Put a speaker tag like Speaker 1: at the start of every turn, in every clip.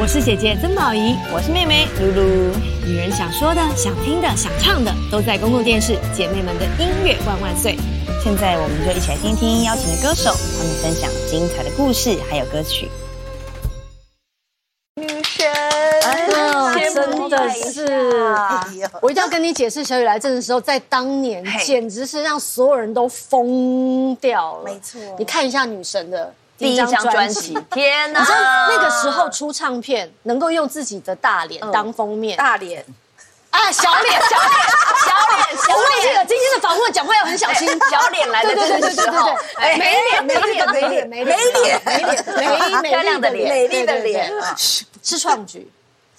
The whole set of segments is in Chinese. Speaker 1: 我是姐姐曾宝仪，
Speaker 2: 我是妹妹露露。
Speaker 1: 女人想说的、想听的、想唱的，都在公共电视。姐妹们的音乐万万岁！
Speaker 2: 现在我们就一起来听听邀请的歌手，他们分享精彩的故事还有歌曲。
Speaker 3: 女神，
Speaker 4: 啊
Speaker 3: 羡慕
Speaker 4: 真的
Speaker 3: 一
Speaker 4: 是
Speaker 3: 下
Speaker 4: 我一定要跟你解释，小雨来证的时候，在当年
Speaker 2: 嘿
Speaker 4: 简直是让所有人都疯掉了。
Speaker 3: 没错
Speaker 4: 你看一下女神的
Speaker 2: 第一张专辑，天哪！
Speaker 4: 你知道那个时候出唱片，能够用自己的大脸当封面，
Speaker 3: 大脸，
Speaker 4: 啊，小脸，小脸，小脸，小脸。我忘记了今天的访问讲话要很小心，
Speaker 2: 小脸来的
Speaker 4: 对对对
Speaker 2: 这个
Speaker 4: 对对
Speaker 2: 时
Speaker 4: 对
Speaker 2: 候，
Speaker 4: 对，没脸，没脸，没脸，没脸，没脸，没美
Speaker 2: 哎漂亮的脸
Speaker 3: 美丽的脸
Speaker 5: 啊
Speaker 4: 是创举。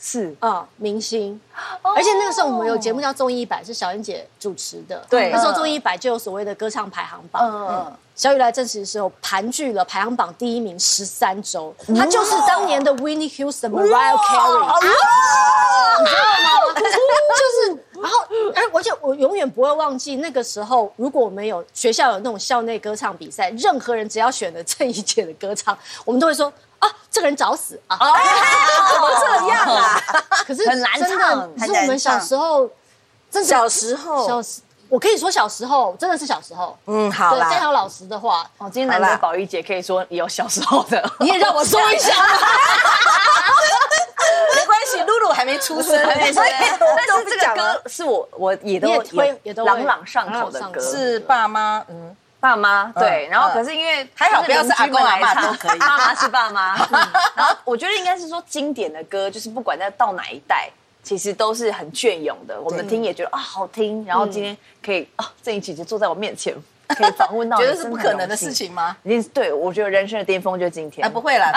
Speaker 3: 是
Speaker 4: 啊、明星，而且那个时候我们有节目叫《综艺版》，是小燕姐主持的。
Speaker 3: 对
Speaker 4: 那时候综艺版就有所谓的歌唱排行榜。
Speaker 3: 嗯，
Speaker 4: 小雨来证实的时候，盘踞了排行榜第一名十三周，她就是当年的 Winnie Houston、Mariah
Speaker 2: 啊
Speaker 4: Carey，你啊知道吗？就是，然后，而而且我永远不会忘记那个时候，如果我们有学校有那种校内歌唱比赛，任何人只要选了郑伊健的歌唱，我们都会说啊，这个人找死啊，
Speaker 2: 怎么这样啊？
Speaker 4: 可是
Speaker 2: 很难
Speaker 4: 真的
Speaker 2: 唱
Speaker 4: 可是我们小时候，真的
Speaker 3: 小时候
Speaker 4: 小时，我可以说小时候真的是小时候。
Speaker 3: 嗯，好
Speaker 4: 对，再
Speaker 3: 啦，
Speaker 4: 要老实的话，
Speaker 2: 哦， 今天难得宝仪姐可以说有小时候的，
Speaker 4: 你也让我说 一下。
Speaker 3: 没关系，露露还没出生，
Speaker 2: 但是
Speaker 3: 所以都不
Speaker 2: 这
Speaker 3: 讲
Speaker 2: 个
Speaker 3: 了
Speaker 2: 歌是我我也都嗯
Speaker 4: 你也推也都会
Speaker 2: 朗朗上口的
Speaker 4: 朗朗上
Speaker 2: 歌，
Speaker 4: 口
Speaker 5: 是爸妈，嗯，
Speaker 2: 爸妈对，
Speaker 5: 嗯
Speaker 2: 然后可是因为
Speaker 5: 还好不要
Speaker 2: 就是
Speaker 5: 阿公阿嬷都可以
Speaker 2: 邻居们来唱爸妈是 爸妈。嗯然后我觉得应该是说经典的歌，就是不管在到哪一代，其实都是很隽永的。我们听也觉得啊好听，
Speaker 5: 嗯
Speaker 2: 然后今天可以啊郑怡姐姐坐在我面前，可以访问到你，
Speaker 5: 觉得是不可能的事
Speaker 2: 真
Speaker 5: 情吗？
Speaker 2: 很荣幸。一定是对我觉得人生的巅峰就是今天。
Speaker 5: 啊，不会啦，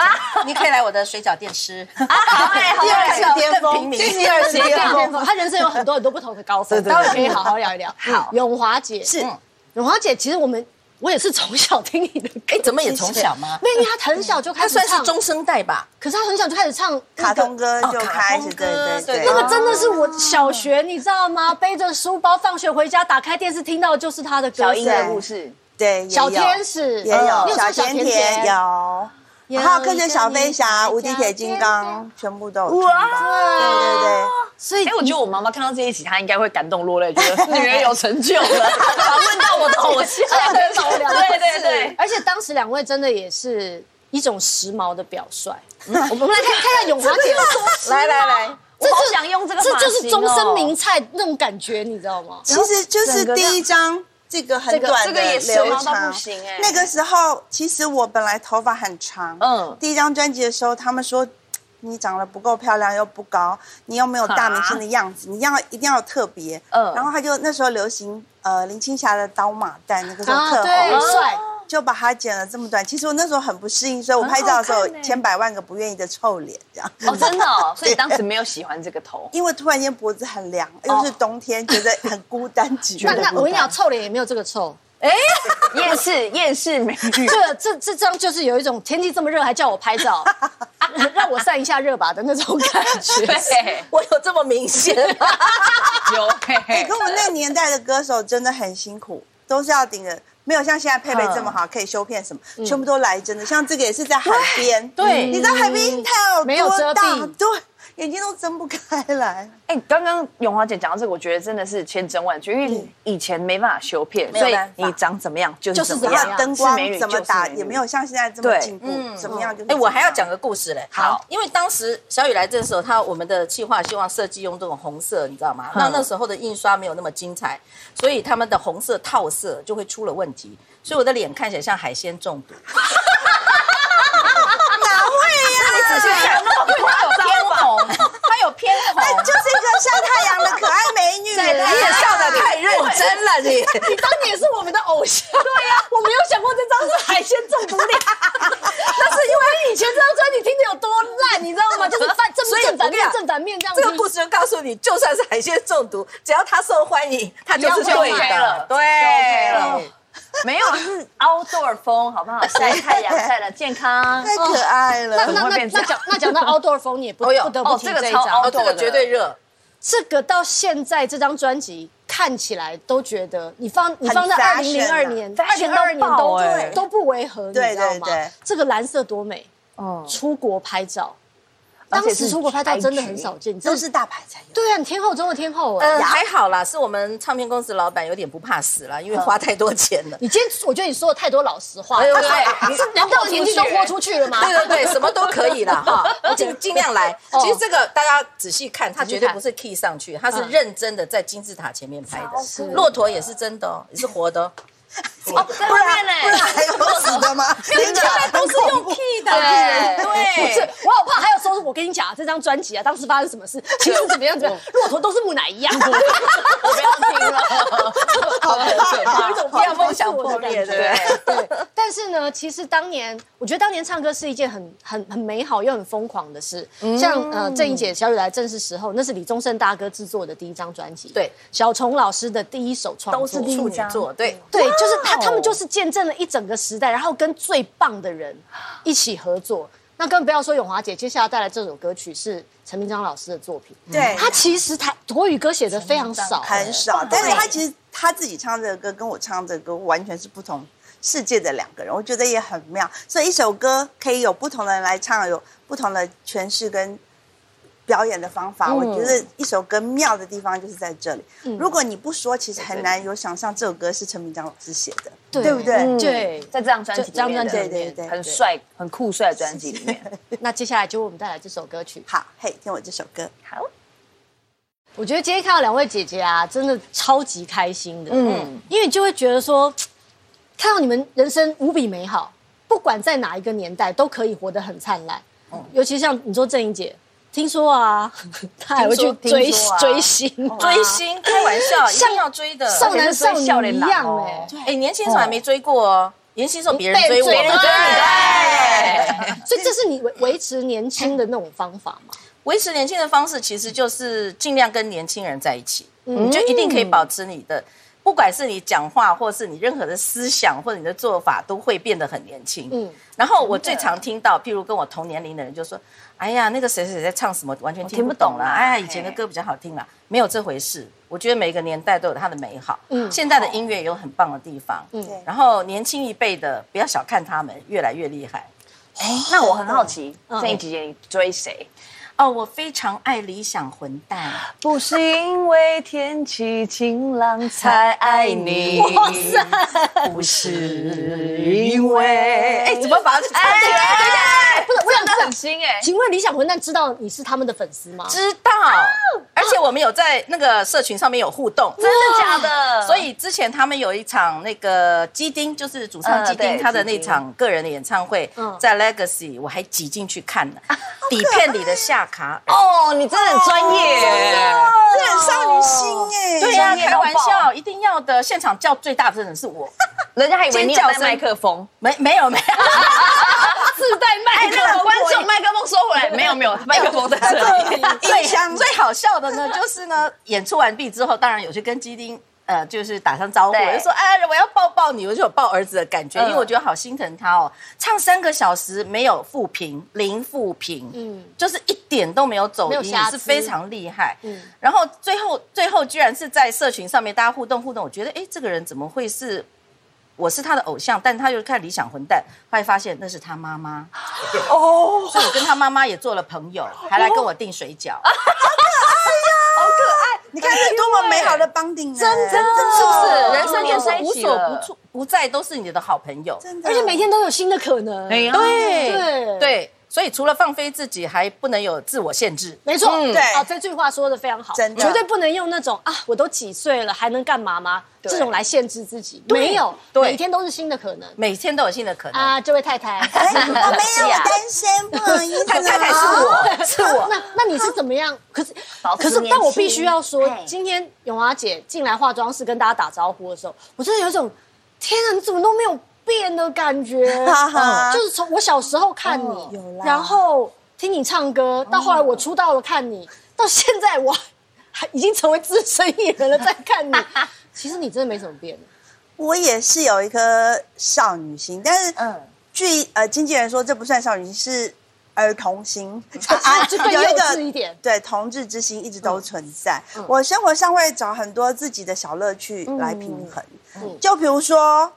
Speaker 5: 你可以来我的水饺店吃。
Speaker 2: 好哎，好
Speaker 5: 第
Speaker 2: 哎
Speaker 5: 二次巅
Speaker 3: 更
Speaker 5: 峰，
Speaker 3: 平民
Speaker 5: 第二次巅峰，
Speaker 4: 他人生有很多很多不同的高峰，
Speaker 5: 对对对
Speaker 4: 待会可以好好聊一聊。好，永华姐
Speaker 5: 是
Speaker 4: 嗯永华姐，其实我们我也是从小听你的歌，
Speaker 5: 哎，怎么也从小吗？
Speaker 4: 没有，因为她很小就
Speaker 5: 他
Speaker 4: 开始
Speaker 5: 算是
Speaker 4: 唱，
Speaker 5: 中生代吧？
Speaker 4: 可是她很小就开始唱嗯
Speaker 3: 卡通歌就开始，
Speaker 5: 哦卡通
Speaker 3: 对
Speaker 5: 歌
Speaker 3: 对对，
Speaker 5: 对
Speaker 4: 那个真的是我小学，你知道吗？背着书包放学回家，打开电视听到的就是他的歌
Speaker 2: 小
Speaker 4: 声
Speaker 2: 英的故事，
Speaker 3: 对也
Speaker 4: 小
Speaker 3: 有
Speaker 4: 天使嗯
Speaker 3: 也有
Speaker 4: 你有
Speaker 3: 小
Speaker 4: 唱
Speaker 3: 甜甜有，
Speaker 4: 有
Speaker 3: 还有科学小飞侠、
Speaker 4: 一个
Speaker 3: 无敌铁金刚，全部都有唱到。对
Speaker 2: 哇！
Speaker 3: 对对，
Speaker 4: 所以
Speaker 2: 哎，我觉得我妈妈看到这一集，她应该会感动落泪，觉 得女儿有成就了，访问到我的偶像，对对对。
Speaker 4: 而且当时两位真的也是一种时髦的表率。 我们来看看一下永华姐，
Speaker 5: 来哎来来，
Speaker 2: 嗯我好想用这个、哦
Speaker 4: 这就是终身名。菜那种感觉，你知道吗？
Speaker 3: 其实就是第一张这个很短
Speaker 2: 这
Speaker 3: 的
Speaker 2: 个也
Speaker 3: 留
Speaker 2: 时髦到
Speaker 3: 长
Speaker 2: 不行哎，
Speaker 3: 那个时候其实我本来头发很长，
Speaker 2: 嗯
Speaker 3: 嗯，第一张专辑的时候他们说。你长得不够漂亮又不高，你又没有大明星的样子，你要一定要特别。
Speaker 2: 嗯
Speaker 3: 嗯，然后他就那时候流行呃林青霞的刀马旦，那个时候
Speaker 2: 啊
Speaker 3: 特红，
Speaker 4: 对，帅，
Speaker 3: 就把它剪了这么短。其实我那时候很不适应，所以我拍照的时候有千百万个不愿意的臭脸这样。
Speaker 2: 哦，真的、哦，所以当时没有喜欢这个头。
Speaker 3: 因为突然间脖子很凉，又是冬天，觉得很孤单，觉
Speaker 4: 那
Speaker 3: 得
Speaker 4: 那
Speaker 3: 孤
Speaker 4: 我跟你
Speaker 3: 单
Speaker 4: 讲，臭脸也没有这个臭。
Speaker 2: 夜市夜市美女，
Speaker 4: 这这这张就是有一种天气这么热还叫我拍照， 啊让我散一下热吧的那种感觉。
Speaker 2: 对，
Speaker 5: 我有这么明显？
Speaker 2: 有嘿 嘿
Speaker 3: 可我那年代的歌手真的很辛苦，都是要顶着，没有像现在配备这么好，可以修片什么，全部都来真的。像这个也是在海边，
Speaker 5: 对
Speaker 3: 你知道海边它有
Speaker 4: 没有遮
Speaker 3: 多大
Speaker 4: 蔽？
Speaker 3: 对，眼睛都睁不开来。
Speaker 2: 哎、刚刚永华姐讲到这个，我觉得真的是千真万确，因为以前嗯没办法修片，
Speaker 5: 有
Speaker 2: 所以
Speaker 5: 办法
Speaker 2: 你长怎么样就是
Speaker 4: 就是
Speaker 2: 怎
Speaker 4: 怎
Speaker 2: 么
Speaker 4: 么
Speaker 3: 然
Speaker 4: 样
Speaker 2: 样，
Speaker 3: 后灯
Speaker 2: 是美
Speaker 3: 光
Speaker 2: 女
Speaker 3: 怎么打
Speaker 2: 就是美女
Speaker 3: 也 没有像现在这么
Speaker 2: 对
Speaker 3: 进步，怎么样就
Speaker 5: 哎，我还要讲个
Speaker 3: 个
Speaker 5: 故事嘞。
Speaker 2: 好，
Speaker 5: 因为当时小雨来这的时候，他我们的企划希望设计用这种红色，你知道吗？那那时候的印刷没有那么精彩，所以他们的红色套色就会出了问题，所以我的脸看起来像海鲜中毒。
Speaker 3: 哪会呀？
Speaker 5: 仔细看，它有偏红，它有偏
Speaker 3: 哎，
Speaker 5: 红
Speaker 3: 就。是一个晒太阳的可爱美女，
Speaker 5: 你也笑得太认真了，你。
Speaker 4: 你当年是我们的偶像。对呀、我没有想过这张是海鲜中毒 脸，但是因为以前这张专辑听的有多烂，你知道吗？就是反正
Speaker 5: 所以
Speaker 4: 正反
Speaker 5: 我跟你
Speaker 4: 面
Speaker 5: 讲
Speaker 4: 正反面这样子。
Speaker 5: 这个故事就告诉你，就算是海鲜中毒，只要它受欢迎，它就是
Speaker 2: 就
Speaker 5: 对
Speaker 2: OK 了
Speaker 5: 的，对
Speaker 2: 了哎哦没有是 outdoor 风，好不好？晒太阳晒的健康，
Speaker 3: 太可爱了。
Speaker 4: 那那
Speaker 2: 会
Speaker 4: 那
Speaker 2: 变
Speaker 4: 那讲那讲 到 outdoor 风，你也不
Speaker 5: 哦哟
Speaker 4: 不得不提
Speaker 2: 哦这个
Speaker 4: 这一
Speaker 2: 超
Speaker 4: 张。
Speaker 5: 哦，这个绝对热。
Speaker 4: 这个到现在这张专辑看起来都觉得，你放你放在二零
Speaker 3: fashion
Speaker 4: 零
Speaker 3: 啊
Speaker 4: 二年、二
Speaker 2: fashion
Speaker 4: 零二
Speaker 2: 到
Speaker 4: 年
Speaker 2: 爆
Speaker 4: 都
Speaker 2: 哎
Speaker 4: 都不违和，你知道
Speaker 3: 对对
Speaker 4: 吗
Speaker 3: 对？
Speaker 4: 这个蓝色多美，
Speaker 2: 哦
Speaker 4: 出国拍照，
Speaker 2: 而
Speaker 4: 当
Speaker 2: 且
Speaker 4: 时
Speaker 2: 是
Speaker 4: 中国拍照真的很
Speaker 2: 全
Speaker 4: 少见，
Speaker 3: 都
Speaker 4: 都
Speaker 3: 是
Speaker 4: 是
Speaker 3: 大牌才有。
Speaker 4: 对啊，你天后中的天后哎、
Speaker 5: 呃，还好啦，是我们唱片公司老板有点不怕死啦，因为花太多钱了。
Speaker 4: 你今天我觉得你说了太多老实话，
Speaker 5: 哎
Speaker 4: 对
Speaker 5: 呦
Speaker 4: 不
Speaker 5: 喂
Speaker 4: 对？
Speaker 5: 你
Speaker 4: 这难道
Speaker 5: 豁出
Speaker 4: 你你都
Speaker 5: 去
Speaker 4: 豁出去了吗？
Speaker 5: 对对对，什么都可以啦， 哈，尽尽量来。
Speaker 4: 哦
Speaker 5: 其实这个大家仔细看，它
Speaker 4: 仔细
Speaker 5: 绝对
Speaker 4: 看
Speaker 5: 不是 key 上去，它是认真的在金字塔前面拍
Speaker 4: 嗯是
Speaker 5: 的。骆驼也是真的哦，也是活的哦，
Speaker 4: 啊
Speaker 2: 在外面
Speaker 3: 不
Speaker 5: 啊
Speaker 2: 嘞
Speaker 3: 然，还有 死的吗？真的很恐怖。
Speaker 5: key 的
Speaker 4: 哎不是
Speaker 5: 对，，
Speaker 4: 我好怕，还有说，我跟你讲啊，这张专辑啊，当时发生什么事，其实怎么样怎么样，骆驼都是木乃伊啊，
Speaker 2: 我不 要听了，
Speaker 3: 好可
Speaker 5: 有一种不要梦想破灭，对不对？
Speaker 4: 对，但是呢，其实当年我觉得当年唱歌是一件很很很美好又很疯狂的事。
Speaker 5: 嗯
Speaker 4: 像呃郑怡姐《小雨来正是时候》，那是李宗盛大哥制作的第一张专辑，
Speaker 5: 对，
Speaker 4: 小虫老师的第一首创作，
Speaker 2: 都是第一
Speaker 5: 处女座，对。
Speaker 4: 对，就是他他们就是见证了一整个时代，然后跟最棒的人一起合作。那更不要说永华姐接下来带来这首歌曲是陈明章老师的作品，
Speaker 3: 对
Speaker 4: 他其实台国语歌写的非常少，欸
Speaker 3: 很少，但是他其实他自己唱这个歌跟我唱这个歌完全是不同世界的两个人，我觉得也很妙。所以一首歌可以有不同的人来唱，有不同的诠释跟表演的方法。我觉得一首歌妙的地方就是在这里。如果你不说，其实很难有想象这首歌是陈明章老师写的，
Speaker 4: 对嗯
Speaker 3: 对不对？
Speaker 4: 对。
Speaker 2: 嗯在这张专辑
Speaker 4: 这张
Speaker 2: 里面的，
Speaker 4: 专
Speaker 3: 辑里面对对对
Speaker 2: 很帅、很酷帅的专辑里面，
Speaker 4: 那接下来就为我们带来这首歌曲。
Speaker 3: 好，嘿，听我这首歌。
Speaker 2: 好，
Speaker 4: 我觉得今天看到两位姐姐啊，真的超级开心的，嗯，因为就会觉得说，看到你们人生无比美好，不管在哪一个年代都可以活得很灿烂。
Speaker 2: 哦
Speaker 4: 尤其像你说郑怡姐，听说 啊，她还会去
Speaker 2: 听说
Speaker 4: 追
Speaker 2: 听说啊
Speaker 4: 追星，
Speaker 5: 追星开玩笑，一定要追的。
Speaker 4: 少男少女
Speaker 2: 笑脸
Speaker 4: 一
Speaker 2: 郎
Speaker 4: 样
Speaker 2: 哦
Speaker 4: 哎、
Speaker 5: 哎，年轻时候还没追过哦，年轻时候别人追我
Speaker 4: 被追
Speaker 5: 们，
Speaker 4: 对
Speaker 5: 对。
Speaker 4: 所以这是你维维持年轻的那种方法嘛？
Speaker 5: 维持年轻的方式，其实就是尽量跟年轻人在一起，你就一定可以保持你的，不管是你讲话，或是你任何的思想，或者你的做法，都会变得很年轻。
Speaker 4: 嗯
Speaker 5: 嗯，然后我最常听到，譬如跟我同年龄的人就说：“哎呀，那个谁谁在唱什么，完全听不懂
Speaker 2: 我听不懂
Speaker 5: 啦。
Speaker 2: 啦
Speaker 5: 哎呀，以前的歌比较好听啦。”没有这回事。我觉得每个年代都有它的美好，
Speaker 4: 嗯
Speaker 5: 嗯，现在的音乐也有很棒的地方，嗯
Speaker 3: 对，
Speaker 5: 然后年轻一辈的不要小看他们，越来越厉害。
Speaker 2: 那我很好奇，郑怡姐姐你追谁？
Speaker 5: 哦，我非常爱理想混蛋。
Speaker 2: 不是因为天气晴朗才爱 你，不是因为
Speaker 5: 哎，怎么把它唱起来？
Speaker 2: 哎，
Speaker 4: 不是，我想
Speaker 2: 真的很新哎，
Speaker 4: 请问理想混蛋知道你是他们的粉丝吗？
Speaker 5: 知道，而且我们有在那个社群上面有互动，
Speaker 2: 真的假的？
Speaker 5: 所以之前他们有一场那个基丁，就是主唱基
Speaker 2: 嗯
Speaker 5: 丁
Speaker 2: 对
Speaker 5: 他的
Speaker 2: 基
Speaker 5: 那
Speaker 2: 丁
Speaker 5: 场个人的演唱会
Speaker 4: 嗯，
Speaker 5: 在 Legacy 我还挤进去看 了，底片里的夏卡尔。
Speaker 2: 哦，你哦真的很专业，
Speaker 3: 这很少女心哎、
Speaker 5: 对呀、
Speaker 2: 专业
Speaker 5: 开
Speaker 2: 到
Speaker 5: 玩
Speaker 2: 爆
Speaker 5: 笑，一定要的。现场叫最大声的是我，
Speaker 2: 人家还以为你有带麦克风，
Speaker 5: 没没有没有，
Speaker 2: 自带麦克风，观众麦克风收回来， 没有没有，麦克风在这里。
Speaker 5: 最
Speaker 3: 音箱
Speaker 5: 最好笑的呢， 就是呢，演出完毕之后，当然有去跟基丁。呃，就是打声招呼，
Speaker 2: 对
Speaker 5: 我就说哎，我要抱抱你，我就有抱儿子的感觉，
Speaker 2: 嗯
Speaker 5: 因为我觉得好心疼他哦。唱三个小时没有负评，零负评，
Speaker 4: 嗯
Speaker 5: 嗯，就是一点都没有走
Speaker 4: 没有
Speaker 5: 音
Speaker 4: 瑕，疵
Speaker 5: 是非常厉害。嗯，然后最后最后居然是在社群上面大家互动互动，我觉得哎，这个人怎么会是我是他的偶像，但他又看理想混蛋，后来发现那是他妈妈。哦，所以我跟他妈妈也做了朋友，还来跟我订水饺。
Speaker 3: 你看这多么美好的 bonding，、啊、真
Speaker 5: 真的是不是？人生
Speaker 2: 黏在
Speaker 5: 就是哦
Speaker 2: 一
Speaker 5: 无
Speaker 2: 起
Speaker 5: 所
Speaker 2: 了
Speaker 5: 不处不在，都是你的好朋友。
Speaker 3: 真的，
Speaker 4: 而且每天都有新的可能。
Speaker 2: 哎呀
Speaker 4: 对
Speaker 5: 对对，所以除了放飞自己，还不能有自我限制。
Speaker 4: 没错，
Speaker 3: 对
Speaker 4: 啊，这句话说的非常好，
Speaker 3: 真的
Speaker 4: 绝对不能用那种啊，我都几岁了还能干嘛吗？
Speaker 2: 对
Speaker 4: 这种来限制自己，没有，
Speaker 5: 对
Speaker 4: 每天都是新的可能
Speaker 5: 每天都有新的可能。
Speaker 4: 啊！这位太太，
Speaker 3: 哎 我没有，我单身，不好意思、啊。
Speaker 5: 啊太太太是我，是我。
Speaker 4: 那那你是怎么样？可是
Speaker 2: 保持
Speaker 4: 可是，
Speaker 2: 年轻
Speaker 4: 但我必须要说
Speaker 2: 哎，
Speaker 4: 今天永华姐进来化妆室跟大家打招呼的时候，我真的有一种天啊，你怎么都没有变的感觉？
Speaker 3: 哈哈
Speaker 4: 嗯就是从我小时候看你
Speaker 3: 有啦，
Speaker 4: 然后听你唱歌，到后来我出道了看你，到现在我还已经成为资深艺人了再看你，其实你真的没怎么变。
Speaker 3: 我也是有一颗少女心，但是
Speaker 2: 嗯，
Speaker 3: 据呃经纪人说，这不算少女心，是儿 童心，啊
Speaker 4: 就更幼稚一点嗯
Speaker 3: 对童稚之心一直都存在。我生活
Speaker 4: 嗯
Speaker 3: 上会找很多自己的小乐趣来平衡，就比如说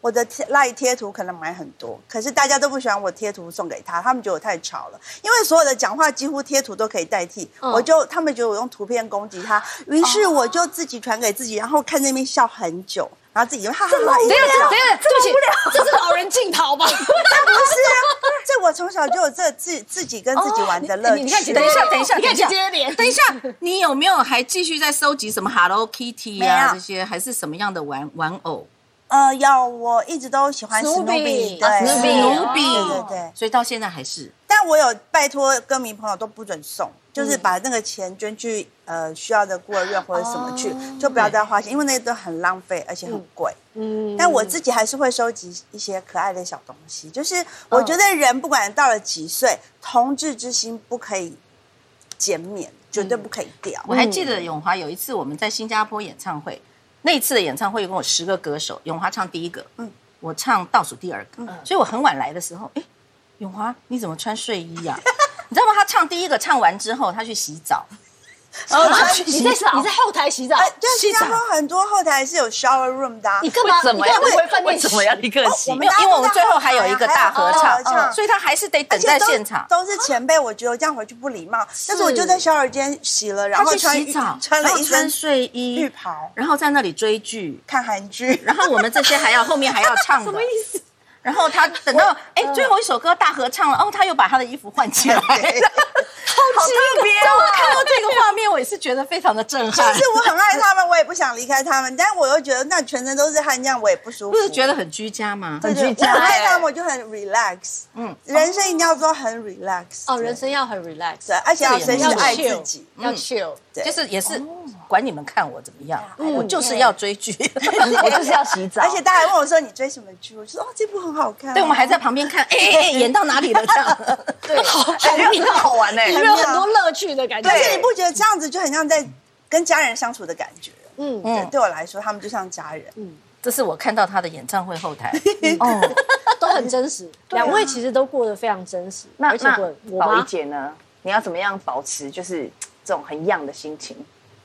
Speaker 3: 我的贴赖贴图可能买很多，可是大家都不喜欢我贴图送给他，他们觉得我太吵了，因为所有的讲话几乎贴图都可以代替，
Speaker 4: 嗯
Speaker 3: 我就他们觉得我用图片攻击他，于
Speaker 4: 哦
Speaker 3: 是我就自己传给自己，然后看那边笑很久，然后自己哈哈哈，
Speaker 4: 等一下，等一下，对不起，这是老人镜头吧？
Speaker 3: 不是啊，这我从小就有这自自己跟自己玩的乐趣。
Speaker 4: 哦你看姐姐
Speaker 5: 等一下，等一下，
Speaker 4: 你看
Speaker 5: 等一下
Speaker 4: 姐姐的脸
Speaker 5: 等一下，你有没有还继续在收集什么 Hello Kitty
Speaker 3: 没
Speaker 5: 啊
Speaker 3: 有
Speaker 5: 这些，还是什么样的玩玩偶？
Speaker 3: 呃，要我一直都喜欢史努
Speaker 4: Snoopy，
Speaker 3: 比，
Speaker 4: 啊
Speaker 3: 对，
Speaker 4: Snoopy
Speaker 5: 努比，
Speaker 3: 对对对。
Speaker 5: 所以到现在还是
Speaker 3: 但我有拜托歌迷朋友都不准送，
Speaker 4: 嗯
Speaker 3: 就是把那个钱捐去呃需要的孤儿院或者什么去，就不要再花钱，因为那些都很浪费，而且很贵。
Speaker 4: 哦嗯，
Speaker 3: 但我自己还是会收集一些可爱的小东西，就是我
Speaker 4: 嗯
Speaker 3: 觉得人不管到了几岁，同志之心不可以减免，绝对不可以掉。
Speaker 5: 我还记得永华有一次我们在新加坡演唱
Speaker 3: 嗯
Speaker 5: 会，那一次的演唱会有跟我十个歌手，永华唱第一个，嗯，我唱倒数第二
Speaker 3: 嗯
Speaker 5: 个，所以我很晚来的时候，哎，永华你怎么穿睡衣呀、 你知道吗？他唱第一个唱完之后，他去洗澡，
Speaker 4: 哦你在你在后台洗澡，
Speaker 3: 哎，对，新加坡很多后台是有 shower room 的啊、
Speaker 4: 你干嘛？
Speaker 2: 怎么
Speaker 4: 你
Speaker 2: 样
Speaker 4: 干嘛不回饭店
Speaker 2: 为
Speaker 4: 洗
Speaker 2: 什？么要一个
Speaker 3: 我
Speaker 2: 洗？
Speaker 5: 没
Speaker 3: 们
Speaker 5: 有
Speaker 3: 大，家
Speaker 5: 因为我
Speaker 3: 都
Speaker 5: 们
Speaker 3: 在
Speaker 5: 最后
Speaker 3: 后
Speaker 5: 还有一个
Speaker 3: 台
Speaker 5: 大
Speaker 3: 啊
Speaker 5: 合
Speaker 3: 还有大合
Speaker 5: 唱，
Speaker 3: 唱
Speaker 5: 所以他还是得等在
Speaker 3: 都
Speaker 5: 现场。
Speaker 3: 都是前辈，我觉得我这样回去不礼貌。但是我就在小耳间洗了，然后
Speaker 5: 他去
Speaker 3: 穿
Speaker 5: 洗澡，
Speaker 3: 穿
Speaker 5: 然
Speaker 3: 了
Speaker 5: 后
Speaker 3: 一
Speaker 5: 穿
Speaker 3: 身
Speaker 5: 睡衣、
Speaker 3: 浴袍
Speaker 5: 然后在那里追剧，
Speaker 3: 看韩 剧，
Speaker 5: 然后我们这些还要后面还要唱的，什么意思？然后他等到哎最后一首歌大合唱了，哦，他又把他的衣服换起来，好
Speaker 3: 对
Speaker 5: 特别、我看到这个画面，我也是觉得非常的震 撼，
Speaker 3: 但是我很爱他们，我也不想离开他们，但我又觉得那全身都是汗，这样我也不舒服。
Speaker 5: 不是觉得很居家吗？
Speaker 3: 对对
Speaker 2: 很居家
Speaker 3: 我很爱
Speaker 2: 哎
Speaker 3: 他们，我就很 relax。
Speaker 5: 嗯
Speaker 3: 嗯，人生一定要做很 relax。
Speaker 4: 哦，人生要很 relax，
Speaker 3: 对，而且要随时
Speaker 4: 要嗯
Speaker 3: 爱
Speaker 4: chill，
Speaker 3: 自己。
Speaker 4: 要 chill。
Speaker 3: 对
Speaker 5: 就是也是管你们看我怎么样，哎我就是要追剧。
Speaker 2: 我就是要 洗澡，
Speaker 3: 而且大家还问我说你追什么剧，我就说哦这部很好看。
Speaker 5: 对，我们还在旁边看，哎哎哎，演到哪里了？这样
Speaker 4: 哎
Speaker 2: 对，好很好玩呢。
Speaker 4: 里面有很多乐趣的感觉。
Speaker 3: 而且你不觉得这样子就很像在跟家人相处的感觉？
Speaker 4: 嗯，
Speaker 3: 对，对我来说，他们就像家人。
Speaker 5: 这是我看到他的演唱会后台。哦
Speaker 4: 都很真实。两位其实都过得非常真实，
Speaker 2: 那
Speaker 4: 而且我
Speaker 2: 那
Speaker 4: 我
Speaker 2: 宝仪
Speaker 4: 妈
Speaker 2: 姐呢？你要怎么样保持就是这种很样的心情？
Speaker 5: 嗯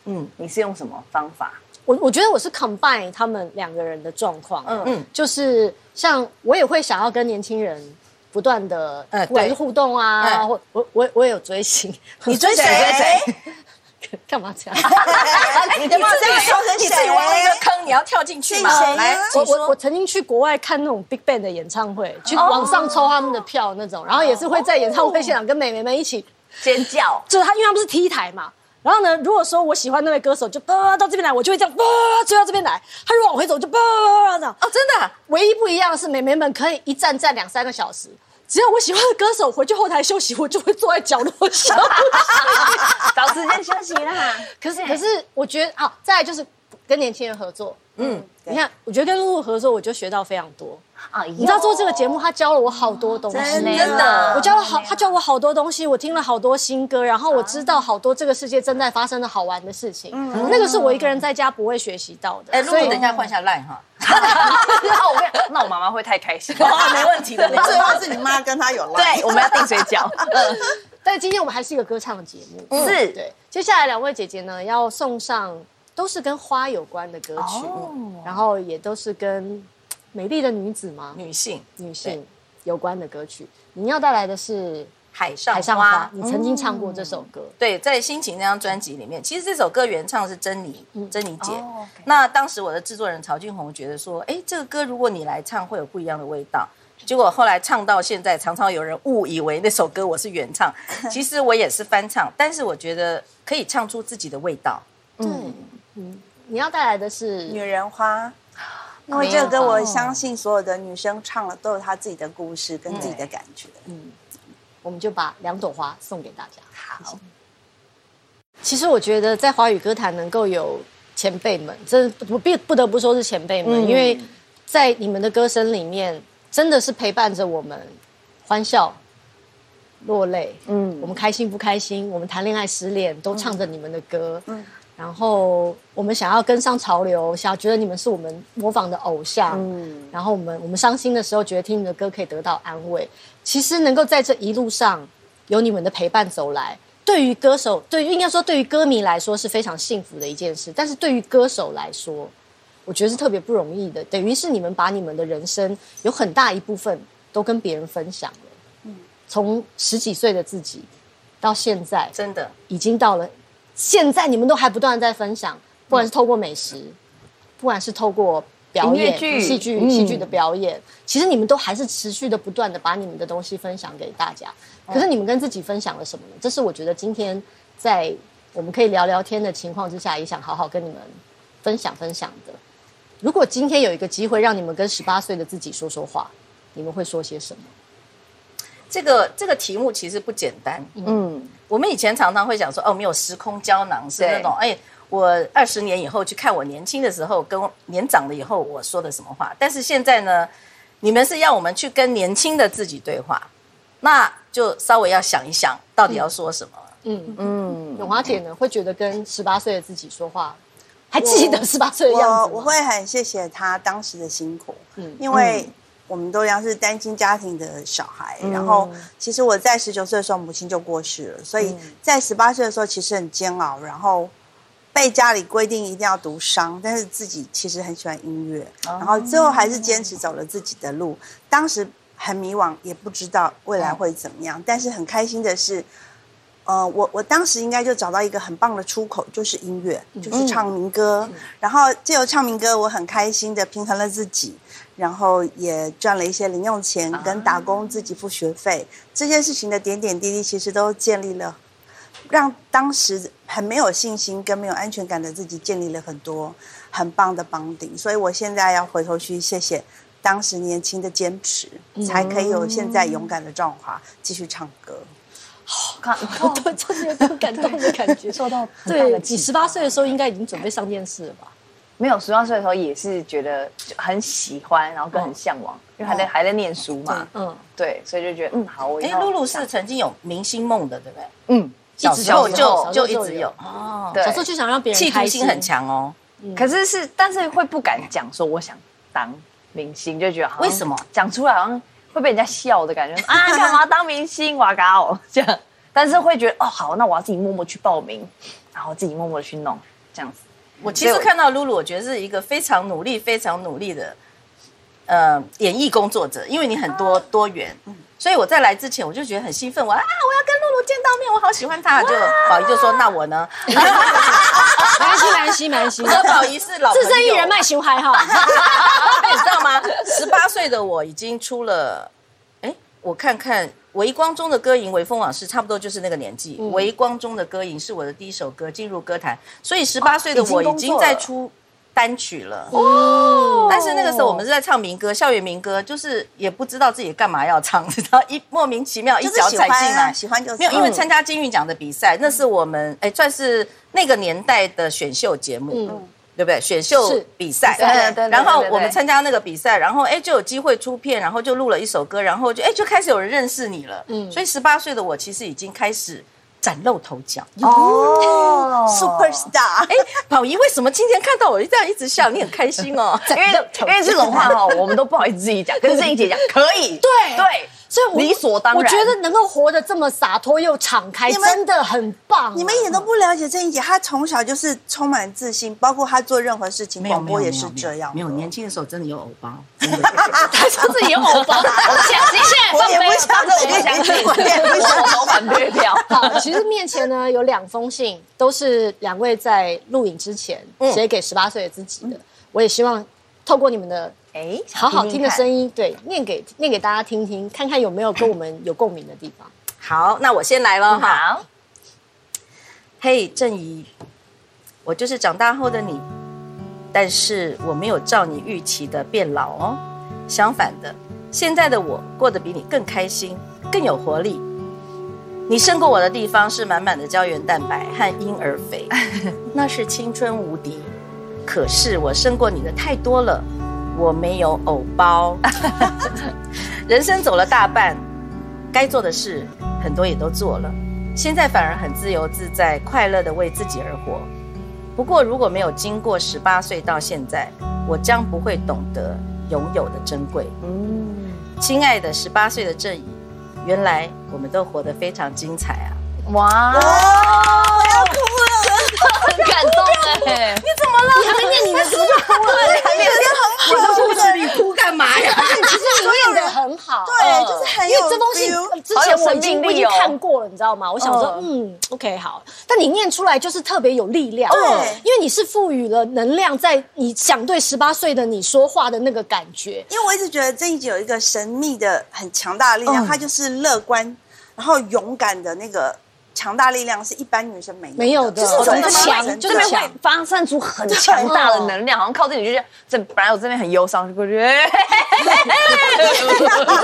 Speaker 2: 嗯，你是用什么方法？
Speaker 4: 我我觉得我是 combine 他们两个人的状况，嗯
Speaker 5: 嗯
Speaker 4: 嗯，就是像我也会想要跟年轻人不断的
Speaker 5: 呃，
Speaker 4: 不管
Speaker 5: 对
Speaker 4: 是互动啊，
Speaker 5: 哎
Speaker 4: 或我我我也有追星，
Speaker 5: 你 追谁？
Speaker 3: 谁
Speaker 4: 干嘛这样？
Speaker 5: 你干嘛
Speaker 3: 自己说成
Speaker 5: 你自己
Speaker 3: 谁
Speaker 5: 挖了一个坑，你要跳进去吗
Speaker 3: 是谁？呢
Speaker 5: 来，
Speaker 4: 我我
Speaker 5: 请
Speaker 4: 我
Speaker 5: 说。哦
Speaker 4: 曾经去国外看那种 Big Bang 的演唱会，去网上抽他们的票那种，然后也是会在演唱会现场跟美眉们一起
Speaker 2: 尖 叫，
Speaker 4: 就是他，因为他们是 T 台嘛。然后呢，如果说我喜欢那位歌手，就叭到这边来，我就会这样叭追到这边来。他如果往回走，就叭这样。
Speaker 5: 哦，真的啊，
Speaker 4: 唯一不一样的是，美眉们可以一站站两三个小时。只要我喜欢的歌手回去后台休息，我就会坐在角落休息。
Speaker 2: 找时间休息 啦。
Speaker 4: 可是，可是我觉得好，再来就是跟年轻人合作。嗯，
Speaker 3: 对
Speaker 4: 你看，我觉得跟露露合作，我就学到非常多。
Speaker 2: 啊，
Speaker 4: 你知道做这个 节目，他教了我好多东西，
Speaker 3: 真
Speaker 2: 的
Speaker 5: 真的
Speaker 4: 我教了好，他教我好多东西，我听了好多新歌，然后我知道好多这个世界正在发生的好玩的事情。那个是我一个人在家不会学习到的。
Speaker 5: 嗯哎，露露，等一下换一下 line 哈。
Speaker 2: 那我没有那我妈妈会太开心。
Speaker 5: 啊，没问题的，没问题
Speaker 3: 最后是你妈跟他有赖。
Speaker 2: 对，我们要订水 饺。
Speaker 4: 但今天我们还是一个歌唱节
Speaker 5: 嗯
Speaker 4: 目，嗯
Speaker 2: 是
Speaker 4: 对。接下来两位姐姐呢，要送上都是跟花有关的歌曲，
Speaker 5: 哦
Speaker 4: 然后也都是跟美丽的女子嘛，
Speaker 5: 女性，
Speaker 4: 女性有关的歌曲。你要带来的是
Speaker 5: 海上
Speaker 4: 《海上花嗯
Speaker 5: 花》，。嗯
Speaker 4: 你曾经唱过这首歌，
Speaker 5: 对，在《心情》那张专辑里面，其实这首歌原唱是珍妮，
Speaker 4: 嗯
Speaker 5: 珍妮姐。
Speaker 4: 哦
Speaker 5: 那当时我的制作人曹俊宏觉得说，哎，这个歌如果你来唱，会有不一样的味道。结果后来唱到现在，常常有人误以为那首歌我是原唱，其实我也是翻唱，但是我觉得可以唱出自己的味道。
Speaker 4: 你要带来的是
Speaker 3: 女人花。因为这个歌，我相信所有的女生唱了都有她自己的故事跟自己的感觉。
Speaker 4: 我们就把两朵花送给大家。好。其实我觉得在华语歌坛能够有前辈们，真的不必不得不说是前辈们，因为在你们的歌声里面，真的是陪伴着我们欢笑、落泪，嗯，我嗯们开心不开心，我们谈恋爱、失恋，都唱着你们的歌，嗯。然后我们想要跟上潮流，想要觉得你们是我们模仿的偶像，嗯，然后我们我们伤心的时候，觉得听你的歌可以得到安慰。其实能够在这一路上有你们的陪伴走来，对于歌手，对于应该说对于歌迷来说是非常幸福的一件事，但是对于歌手来说，我觉得是特别不容易的，等于是你们把你们的人生有很大一部分都跟别人分享了。从十几岁的自己到现在，
Speaker 5: 真的。
Speaker 4: 已经到了现在，你们都还不断地在分享，不管是透过美食，不管是透过表
Speaker 2: 音乐
Speaker 4: 演、
Speaker 2: 剧嗯
Speaker 4: 戏剧、戏剧的表演，其实你们都还是持续的不断的把你们的东西分享给大家。
Speaker 2: 哦
Speaker 4: 可是你们跟自己分享了什么呢？这是我觉得今天在我们可以聊聊天的情况之下，也想好好跟你们分享分享的。如果今天有一个机会让你们跟十八岁的自己说说话，你们会说些什么？
Speaker 5: 这个这个题目其实不简单。
Speaker 2: 嗯，
Speaker 5: 我们以前常常会讲说，哦，我们有时空胶囊是
Speaker 2: 对
Speaker 5: 那种，哎，我二十年以后去看我年轻的时候跟我年长了以后我说的什么话。但是现在呢，你们是要我们去跟年轻的自己对话，那就稍微要想一想，到底要说什么。
Speaker 4: 嗯嗯，永华姐呢会觉得跟十八岁的自己说话，还记得十八岁的样
Speaker 3: 我
Speaker 4: 子吗
Speaker 3: 我会很谢谢他当时的辛苦，
Speaker 4: 嗯嗯
Speaker 3: 因为我们都一样是单亲家庭的小孩。然后，其实我在十九岁的时候，母亲就过世了，所以
Speaker 4: 嗯
Speaker 3: 在十八岁的时候其实很煎熬，然后。被家里规定一定要读商，但是自己其实很喜欢音乐，
Speaker 4: 哦
Speaker 3: 然后最后还是坚持走了自己的路。当时很迷惘，也不知道未来会怎么样，但是很开心的是，呃，我我当时应该就找到一个很棒的出口，就是音乐，就是唱民歌。然后借由唱民歌，我很开心的平衡了自己，然后也赚了一些零用钱，跟打工自己付学费。这件事情的点点滴滴，其实都建立了，让当时很没有信心跟没有安全感的自己建立了很多很棒的绑定。所以我现在要回头去谢谢。当时年轻的坚持，才可以有现在勇敢的壮华，继续唱歌。
Speaker 4: 我都真的有种感动的感觉。
Speaker 2: 受到很大
Speaker 4: 对
Speaker 2: 的，
Speaker 4: 你十八岁的时候应该已经准备上电视了吧？
Speaker 2: 没有十八岁的时候也是觉得就很喜欢，然后跟很向往，因为还在、还在念书嘛，
Speaker 4: 嗯，
Speaker 2: 对，所以就觉得嗯好，我以
Speaker 5: 哎，
Speaker 2: 后
Speaker 5: 露露是曾经有明星梦的，对不对？
Speaker 2: 嗯，
Speaker 5: 小时候
Speaker 4: 一直有小
Speaker 5: 就就
Speaker 4: 时
Speaker 5: 一
Speaker 4: 候就有
Speaker 5: 直有哦，
Speaker 2: 对
Speaker 4: 小时候就想让别人
Speaker 5: 企图
Speaker 4: 开
Speaker 5: 心很，强哦。
Speaker 2: 可是是但是会不敢讲说我想当明星，就觉得好像
Speaker 5: 为什么
Speaker 2: 讲出来好像会被人家笑的感觉啊？干嘛当明星哇嘎哦这样，但是会觉得哦好，那我要自己默默去报名，然后自己默默的去弄这样子。
Speaker 5: 我其实
Speaker 2: 对我
Speaker 5: 看到露露，我觉得是一个非常努力、非常努力的，呃，演艺工作者，因为你很
Speaker 4: 啊
Speaker 5: 多多元，
Speaker 4: 嗯
Speaker 5: 所以我在来之前我就觉得很兴奋，我啊，我要跟露露见到面，我好喜欢她。就宝仪就说：“那我呢
Speaker 4: 没关系，没关系，没关？”系
Speaker 5: 我。跟宝仪是老朋
Speaker 4: 自
Speaker 5: 友
Speaker 4: 身一人，卖情怀哈，
Speaker 5: 你知道吗？十八岁的我已经出了，哎，我看看《微光中的歌吟》《微风往事》，差不多就是那个年纪，微光中的歌吟》是我的第一首歌，进入歌坛，所以十八岁的我已
Speaker 2: 已经
Speaker 5: 经
Speaker 2: 工作
Speaker 5: 在
Speaker 2: 了
Speaker 5: 出单曲了。但是那个时候我们是在唱民歌，校园民歌，就是也不知道自己干嘛要唱， 知道一莫名其妙一
Speaker 3: 就是
Speaker 5: 脚
Speaker 3: 喜
Speaker 5: 踩
Speaker 3: 欢
Speaker 5: 进
Speaker 3: 啊，
Speaker 5: 来，
Speaker 3: 喜欢就是
Speaker 5: 没有，
Speaker 2: 嗯
Speaker 5: 因为参加金韵奖的比赛，那是我们哎算是那个年代的选秀节目，
Speaker 4: 嗯
Speaker 5: 对不对？选秀
Speaker 4: 是
Speaker 5: 比赛，哎
Speaker 2: 对对对
Speaker 5: 然后
Speaker 2: 对对对
Speaker 5: 我们参加那个比赛，然后哎就有机会出片，然后就录了一首歌，然后就哎就开始有人认识你了，嗯，所以十八岁的我其实已经开始崭露头角。
Speaker 2: 哦
Speaker 3: super star，
Speaker 5: 哎，宝仪，为什么今天看到我这样一直笑？你很开心 哦。
Speaker 2: 因为因为是龙话哈，我们都不好意思自己讲，跟郑怡姐讲可以，
Speaker 4: 对
Speaker 2: 对，
Speaker 4: 所以我
Speaker 2: 理所当然
Speaker 4: 我觉得能够活得这么洒脱又敞开，
Speaker 3: 你们
Speaker 4: 真的很棒啊。
Speaker 3: 你们一点都不了解郑怡姐，她从小就是充满自信，包括她做任何事情，
Speaker 5: 没有
Speaker 3: 广播
Speaker 5: 没有
Speaker 3: 也
Speaker 5: 没有
Speaker 3: 是
Speaker 5: 没有
Speaker 3: 这样的。
Speaker 5: 没有年轻的时候真的有偶包，真的
Speaker 4: 他说自己有偶包， 我们现在现在
Speaker 3: 我
Speaker 4: 放
Speaker 3: 也
Speaker 4: 飞
Speaker 3: 不
Speaker 4: 了
Speaker 3: 相
Speaker 2: 我不相信
Speaker 3: 信，我也不相信。
Speaker 2: 老板略掉。
Speaker 4: 好，其实面前呢有两封信，都是两位在录影之前写给十八岁的自己的。我也希望透过你们的
Speaker 2: 哎，
Speaker 4: 好好听的声
Speaker 2: 音，
Speaker 4: 音，对，念给念给大家听听，看看有没有跟我们有共鸣的地方。
Speaker 5: 好，那我先来了哈。
Speaker 2: 好，
Speaker 5: 嘿，郑怡，我就是长大后的你，但是我没有照你预期的变老哦。相反的，现在的我过得比你更开心，更有活力。你胜过我的地方是满满的胶原蛋白和婴儿肥，那是青春无敌。可是我胜过你的太多了，我没有偶包。 人生走了大半，该做的事很多也都做了，现在反而很自由自在、快乐的为自己而活。不过，如果没有经过十八岁到现在，我将不会懂得拥有的珍贵。嗯亲爱的十八岁的正义，原来我们都活得非常精彩啊！
Speaker 2: 哇，
Speaker 3: 哦，我要哭了，
Speaker 2: 很感动对，
Speaker 4: 你还没念你的，怎么就哭了？
Speaker 3: 你觉得
Speaker 5: 我的护士你哭干嘛 呀？
Speaker 4: 其实你念的很好，
Speaker 3: 对，就是很
Speaker 4: 因
Speaker 3: 有
Speaker 4: 为这东
Speaker 3: feel
Speaker 4: 西之前我已经
Speaker 2: 好有生命力哦
Speaker 4: 我已经看过了，你知道吗？我想说，嗯，OK，好。但你念出来就是特别有力量，
Speaker 3: 对
Speaker 4: 因为你是赋予了能量，在你想对十八岁的你说话的那个感觉。
Speaker 3: 因为我一直觉得这一集有一个神秘的、很强大的力量，它就是乐观，然后勇敢的那个强大力量，是一般女生没有
Speaker 4: 没有的
Speaker 3: 就是
Speaker 2: 这
Speaker 3: 很
Speaker 2: 边
Speaker 4: 强
Speaker 3: 强，
Speaker 4: 就
Speaker 2: 这
Speaker 4: 是
Speaker 2: 边
Speaker 3: 强。
Speaker 2: 会发散出很强大的能量，好像靠近你就是这，本来我这边很忧伤，就过去，哎
Speaker 5: 你在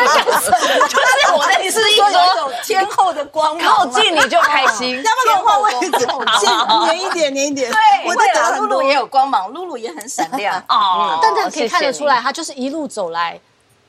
Speaker 5: 想什么？
Speaker 2: 就是我在你是一
Speaker 5: 说有一
Speaker 2: 说
Speaker 5: 种天后的光芒啊
Speaker 2: 靠近你就开心，。
Speaker 3: 要不要给我换位置？ 先黏一点，黏一点。
Speaker 5: 对，
Speaker 3: 我
Speaker 5: 我
Speaker 3: 在
Speaker 5: 对
Speaker 3: 得
Speaker 5: 了，露
Speaker 3: 很多
Speaker 5: 露也有光芒，露露也很闪亮
Speaker 2: 哦
Speaker 4: 但这可以看得出，来，
Speaker 2: 谢谢
Speaker 4: 他就是一路走来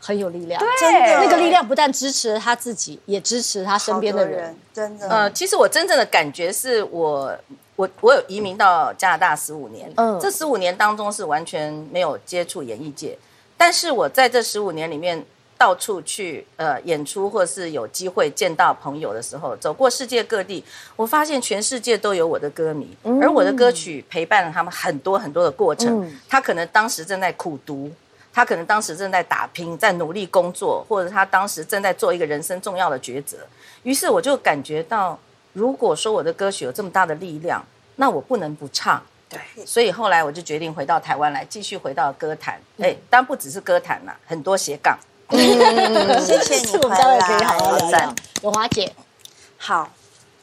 Speaker 4: 很有力量。
Speaker 2: 你
Speaker 3: 真的
Speaker 4: 那个力量不但支持了他自己，也支持他身边的啊人。，
Speaker 3: 真的。
Speaker 5: 呃，其实我真正的感觉是我，我我有移民到加拿大十五年，
Speaker 4: 嗯
Speaker 5: 嗯，这十五年当中是完全没有接触演艺界，但是我在这十五年里面到处去呃演出，或是有机会见到朋友的时候，走过世界各地，我发现全世界都有我的歌迷，而我的歌曲陪伴了他们很多很多的过程，
Speaker 4: 嗯
Speaker 5: 他可能当时正在苦读。他可能当时正在打拼，在努力工作，或者他当时正在做一个人生重要的抉择。于是我就感觉到，如果说我的歌曲有这么大的力量，那我不能不唱。对，所以后来我就决定回到台湾来，继续回到歌坛。
Speaker 4: 嗯
Speaker 5: 哎、当然不只是歌坛啦，很多斜杠。
Speaker 3: 谢谢
Speaker 4: 这
Speaker 3: 你
Speaker 4: 我
Speaker 3: 回
Speaker 4: 们待会
Speaker 3: 来，
Speaker 4: 可以好好聊
Speaker 5: 好
Speaker 4: 聊
Speaker 5: 赞。
Speaker 4: 永华姐，
Speaker 3: 好，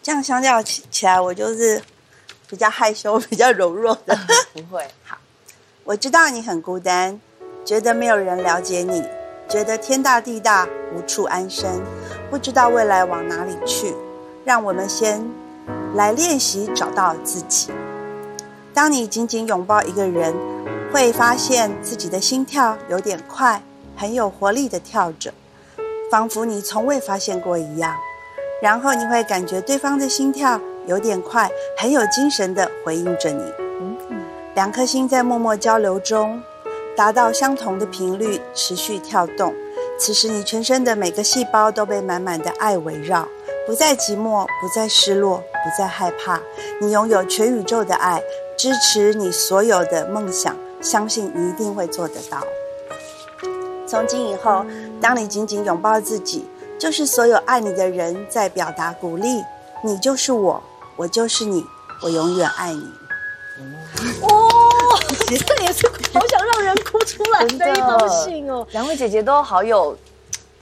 Speaker 3: 这样相较起起来，我就是比较害羞、比较柔弱的。
Speaker 2: 不会，
Speaker 3: 我知道你很孤单，觉得没有人了解你，觉得天大地大无处安身，不知道未来往哪里去。让我们先来练习找到自己。当你紧紧拥抱一个人，会发现自己的心跳有点快，很有活力的跳着，仿佛你从未发现过一样。然后你会感觉对方的心跳有点快，很有精神的回应着你。两颗心在默默交流中，达到相同的频率，持续跳动。此时，你全身的每个细胞都被满满的爱围绕，不再寂寞，不再失落，不再害怕。你拥有全宇宙的爱，支持你所有的梦想，相信你一定会做得到。从今以后，当你紧紧拥抱自己，就是所有爱你的人在表达鼓励。你就是我，我就是你，我永远爱你。
Speaker 4: 这也是 好想让人哭出来的一封信哦。
Speaker 2: 两位姐姐都好有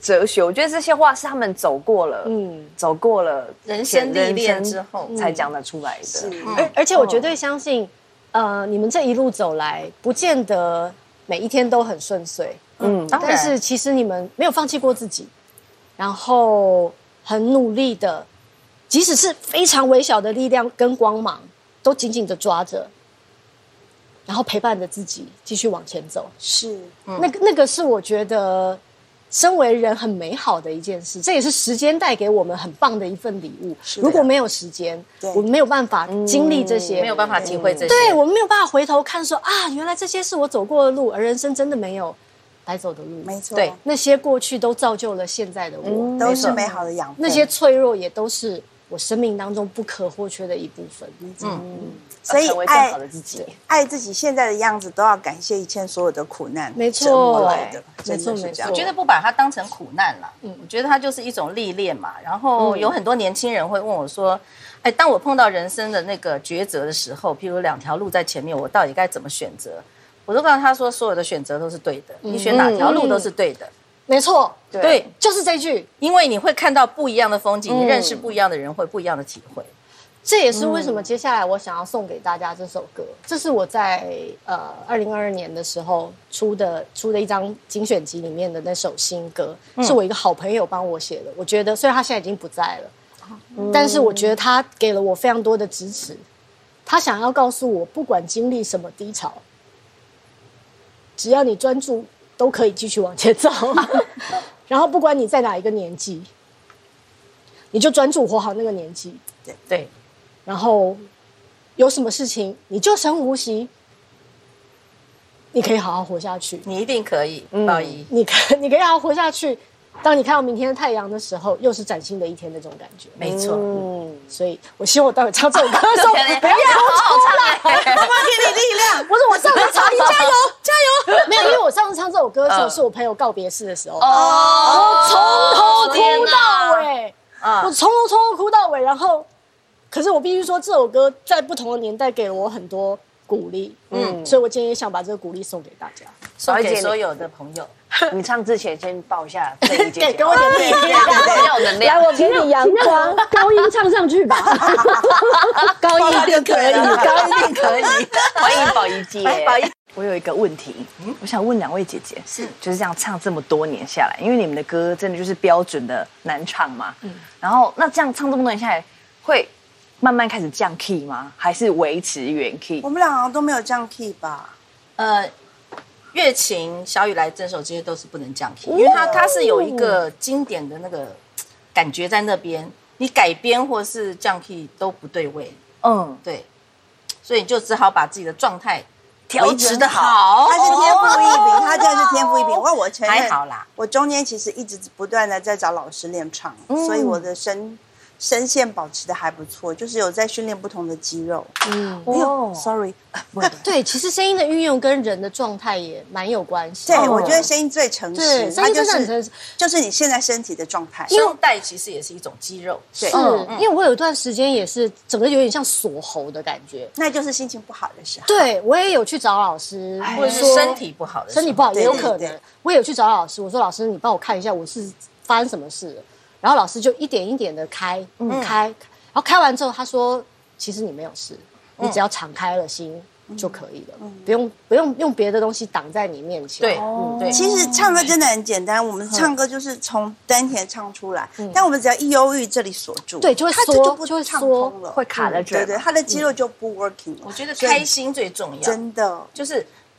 Speaker 2: 哲学，我觉得这些话是他们走过了，
Speaker 4: 嗯
Speaker 2: 嗯，走过了
Speaker 5: 人生历练之后
Speaker 2: 人生才讲得出来的。
Speaker 4: 而而且我绝对相信，呃，你们这一路走来，不见得每一天都很顺遂，
Speaker 2: 嗯，
Speaker 5: 当然
Speaker 4: 但是其实你们没有放弃过自己，然后很努力的，即使是非常微小的力量跟光芒，都紧紧的抓着，然后陪伴着自己继续往前走。
Speaker 3: 是。
Speaker 4: 那个那个是我觉得，身为人很美好的一件事，这也是时间带给我们很棒的一份礼物。
Speaker 3: 是的
Speaker 4: 如果没有时间，
Speaker 3: 对
Speaker 4: 我们没有办法经历这些，
Speaker 5: 没有办法体会这些。
Speaker 4: 对我们没有办法回头看说啊，原来这些是我走过的路，而人生真的没有白走的路。
Speaker 3: 没错，嗯
Speaker 5: 对
Speaker 4: 那些过去都造就了现在的我，
Speaker 3: 都是美好的养分。
Speaker 4: 那些脆弱也都是我生命当中不可或缺的一部分。嗯
Speaker 3: 所以
Speaker 2: 成为更
Speaker 3: 爱
Speaker 2: 好的自己。
Speaker 3: 爱自己现在的样子，都要感谢以前所有的苦难
Speaker 4: 没错
Speaker 3: 折磨来的，
Speaker 4: 没错
Speaker 3: 真的是这样
Speaker 5: 我觉得不把它当成苦难了，我觉得它就是一种历练嘛。然后有很多年轻人会问我说：“哎，当我碰到人生的那个抉择的时候，譬如两条路在前面，我到底该怎么选择？”我都告诉他说，所有的选择都是对的，你选哪条路都是对的。
Speaker 4: 没错，
Speaker 5: 对，
Speaker 4: 就是这句。
Speaker 5: 因为你会看到不一样的风景，你认识不一样的人，会不一样的体会。
Speaker 4: 这也是为什么接下来我想要送给大家这首歌，这是我在呃二零二二年的时候出的出的一张精选集里面的那首新歌，是我一个好朋友帮我写的。我觉得虽然他现在已经不在了，但是我觉得他给了我非常多的支持。他想要告诉我，不管经历什么低潮，只要你专注，都可以继续往前走。然后不管你在哪一个年纪，你就专注活好那个年纪。
Speaker 5: 对，
Speaker 4: 然后有什么事情你就深呼吸，你可以好好活下去，
Speaker 5: 你一定可以，鲍姨。
Speaker 4: 你可你可以好好活下去，当你看到明天的太阳的时候，又是崭新的一天那种感觉。
Speaker 5: 没错，
Speaker 4: 嗯，所以我希望我待会唱这首歌的时候不要
Speaker 3: 妈妈给你力量。
Speaker 4: 不是我上次唱，你加油加 油！没有，因为我上次唱这首歌的时候是我朋友告别式的时候，
Speaker 2: 哦，
Speaker 4: 从头哭到
Speaker 2: 天哪，
Speaker 4: 尾，我从头从头哭到尾，然后，可是我必须说这首歌在不同的年代给了我很多鼓励，嗯，所以我今天也想把这个鼓励送给大家，
Speaker 5: 送
Speaker 2: 小姐
Speaker 5: 给
Speaker 2: 你
Speaker 5: 所有的朋友。
Speaker 2: 你唱之前先抱一下这 一姐
Speaker 4: 对，
Speaker 2: 姐
Speaker 4: 给，我点力量。
Speaker 2: 要有能量。
Speaker 6: 来，我给你阳光，高音唱上去吧， 高音就可以，高音
Speaker 5: 定可以。
Speaker 2: 欢迎宝仪姐嗯
Speaker 5: 哎，宝仪
Speaker 2: 我有一个问题，我想问两位姐姐，是就是这样唱这么多年下来，因为你们的歌真的就是标准的难唱嘛，嗯，然后那这样唱这么多年下来，会慢慢开始降 key 吗？还是维持原 key？
Speaker 3: 我们俩好像都没有这样 key 吧？
Speaker 5: 呃，月琴、小雨来、这首这些都是不能降
Speaker 4: 哦
Speaker 5: key，因为它它是有一个经典的那个感觉在那边，你改编或是降 key 都不对位，
Speaker 2: 嗯，
Speaker 5: 对，所以你就只好把自己的状态
Speaker 2: 调
Speaker 5: 维
Speaker 2: 整
Speaker 5: 持的好
Speaker 3: 他。是天赋异
Speaker 4: 哦
Speaker 3: 禀，他真的是天赋异禀。哇，我承认，
Speaker 5: 还好啦，
Speaker 3: 我中间其实一直不断的在找老师练唱，
Speaker 4: 嗯
Speaker 3: 所以我的声声线保持的还不错，就是有在训练不同的肌肉。嗯，
Speaker 2: 哦
Speaker 3: 哦，sorry，
Speaker 4: 对，其实声音的运用跟人的状态也蛮有关系。
Speaker 3: 对，我觉得声音最诚实，
Speaker 4: 对，声音真的很诚实。
Speaker 3: 就是你现在身体的状态。
Speaker 5: 声带其实也是一种肌肉，
Speaker 3: 对
Speaker 4: 是，嗯因为我有一段时间也是整个有点像锁喉的感觉。
Speaker 3: 那就是心情不好的时候。
Speaker 4: 对我也有去找老师，
Speaker 5: 或者是身体不好的时候
Speaker 4: 身体不好也有可
Speaker 3: 对对
Speaker 4: 能
Speaker 3: 对。
Speaker 4: 我也有去找老师，我说老师，你帮我看一下我是发生什么事了。然后老师就一点一点的开，开，然后开完之后他说，其实你没有事，你只要敞开了心就可以了，不用不用用别的东西挡在你面前。哦
Speaker 5: 对，嗯对，
Speaker 3: 其实唱歌真的很简单，我们唱歌就是从丹田唱出来，但我们只要一忧郁，这里锁住，
Speaker 4: 嗯对就会
Speaker 3: 它
Speaker 4: 缩
Speaker 3: 就不
Speaker 4: 就会
Speaker 3: 畅
Speaker 4: 缩
Speaker 3: 通了，
Speaker 2: 会卡在这
Speaker 3: 对
Speaker 2: 儿
Speaker 3: 嗯对，
Speaker 2: 吗。
Speaker 3: 他的肌肉就不 working
Speaker 4: 嗯
Speaker 3: 了。
Speaker 5: 我觉得
Speaker 3: 所以
Speaker 5: 开心最重要，
Speaker 3: 真的，
Speaker 5: 就是